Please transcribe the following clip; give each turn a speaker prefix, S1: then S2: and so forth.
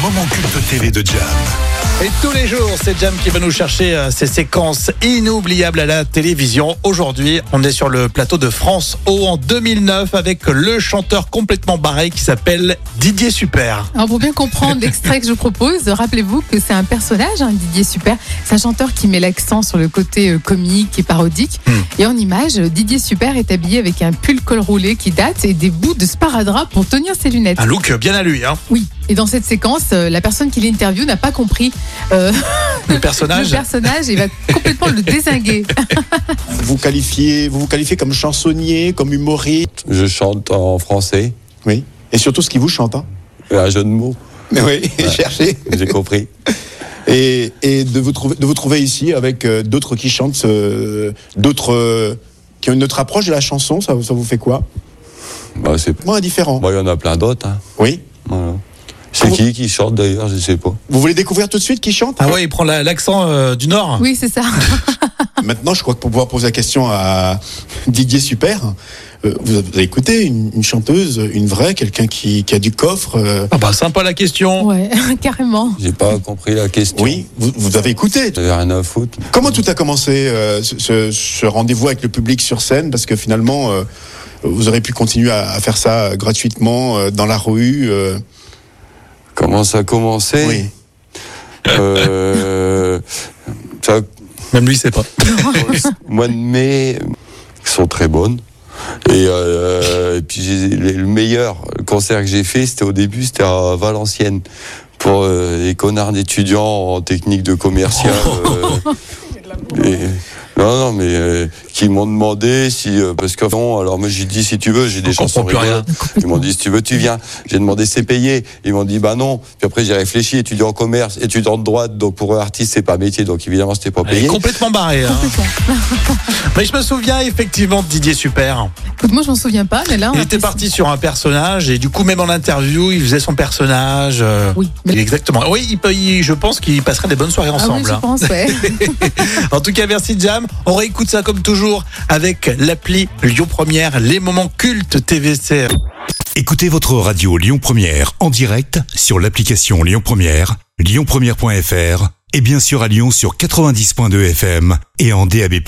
S1: moments cultes TV de Jam.
S2: Et tous les jours, c'est Jam qui va nous chercher euh, ces séquences inoubliables à la télévision. Aujourd'hui, on est sur le plateau de France O en 2009 avec le chanteur complètement barré qui s'appelle Didier Super.
S3: Alors pour bien comprendre l'extrait que je vous propose, rappelez-vous que c'est un personnage, hein, Didier Super. C'est un chanteur qui met l'accent sur le côté euh, comique et parodique.
S2: Hmm.
S3: Et en image, euh, Didier Super est habillé avec un pull col roulé qui date et des bouts de sparadrap pour tenir ses lunettes.
S2: Un look bien à lui, hein,
S3: Oui. Et dans cette séquence, euh, la personne qui l'interviewe n'a pas compris euh,
S2: le
S3: le
S2: personnage.
S3: personnage et va complètement le désinguer.
S4: Vous qualifiez, vous vous qualifiez comme chansonnier, comme humoriste,
S5: Je chante en français, euh,
S4: oui. Et surtout ce qui vous chante, hein.
S5: un jeu de mots,
S4: Oui, cherchez.
S5: j'ai compris.
S4: Et, et de, vous trouver, de vous trouver ici avec euh, d'autres qui chantent, euh, d'autres euh, qui ont une autre approche de la chanson, ça, vous- ça vous fait quoi
S5: Bah, c'est-
S4: Moi, indifférent.
S5: Moi, il y en a plein d'autres. hein.
S4: Oui.
S5: Voilà. C'est
S4: vous-
S5: qui qui chante d'ailleurs, je sais pas.
S4: Vous voulez découvrir tout de suite qui chante
S2: Ah ouais, il prend la- l'accent euh, du Nord.
S3: Oui, c'est ça.
S4: Maintenant, je crois que pour pouvoir poser la question à Didier Super, euh, vous avez vous avez écouté une, une chanteuse, une vraie, quelqu'un qui, qui a du coffre. euh,
S2: Ah bah sympa la question.
S3: Ouais, carrément.
S5: J'ai pas compris la question.
S4: oui, vous, vous avez écouté.
S5: J'avais rien à foutre.
S4: Comment tout a commencé, euh, ce, ce- ce rendez-vous avec le public sur scène Parce que finalement, euh, vous aurez pu continuer à, à faire ça euh, gratuitement, euh, dans la rue. euh,
S5: Comment ça a commencé
S4: oui.
S5: Euh, ça,
S2: Même lui, c'est pas.
S5: mois de mai, qui sont très bonnes. Et, euh, et puis j'ai- les- le meilleur concert que j'ai fait, c'était au début, c'était à Valenciennes pour euh, les connards d'étudiants en technique de commercial. euh, et- non, non, mais euh, qui m'ont demandé si euh, parce que non, alors moi j'ai dit si tu veux, j'ai des
S2: On comprend
S5: chansons
S2: plus rien.
S5: rigolotes. Ils m'ont dit si tu veux, tu viens. J'ai demandé c'est payé. Ils m'ont dit bah non. Puis après j'ai réfléchi, étudiant en commerce, étudiant de droite, donc pour eux artiste c'est pas métier, donc évidemment c'était pas
S2: Il est
S5: payé.
S2: complètement barré. hein. Mais je me souviens effectivement de Didier Super.
S3: Écoute, moi je m'en souviens pas, mais là. on
S2: Il
S3: a
S2: était
S3: fait-
S2: parti sur un personnage et du coup même en interview il faisait son personnage. euh,
S3: Oui, mais-
S2: il- Exactement. Oui, il peut- il- je pense qu'ils passeraient des bonnes soirées
S3: Ah oui,
S2: ensemble.
S3: je
S2: hein.
S3: pense, ouais.
S2: En tout cas, merci Jam. On réécoute ça comme toujours avec l'appli Lyon Première, les moments cultes TVC.
S1: Écoutez votre radio Lyon Première en direct sur l'application Lyon Première, lyonpremière.fr et bien sûr à Lyon sur 90.2 FM et en DAB+.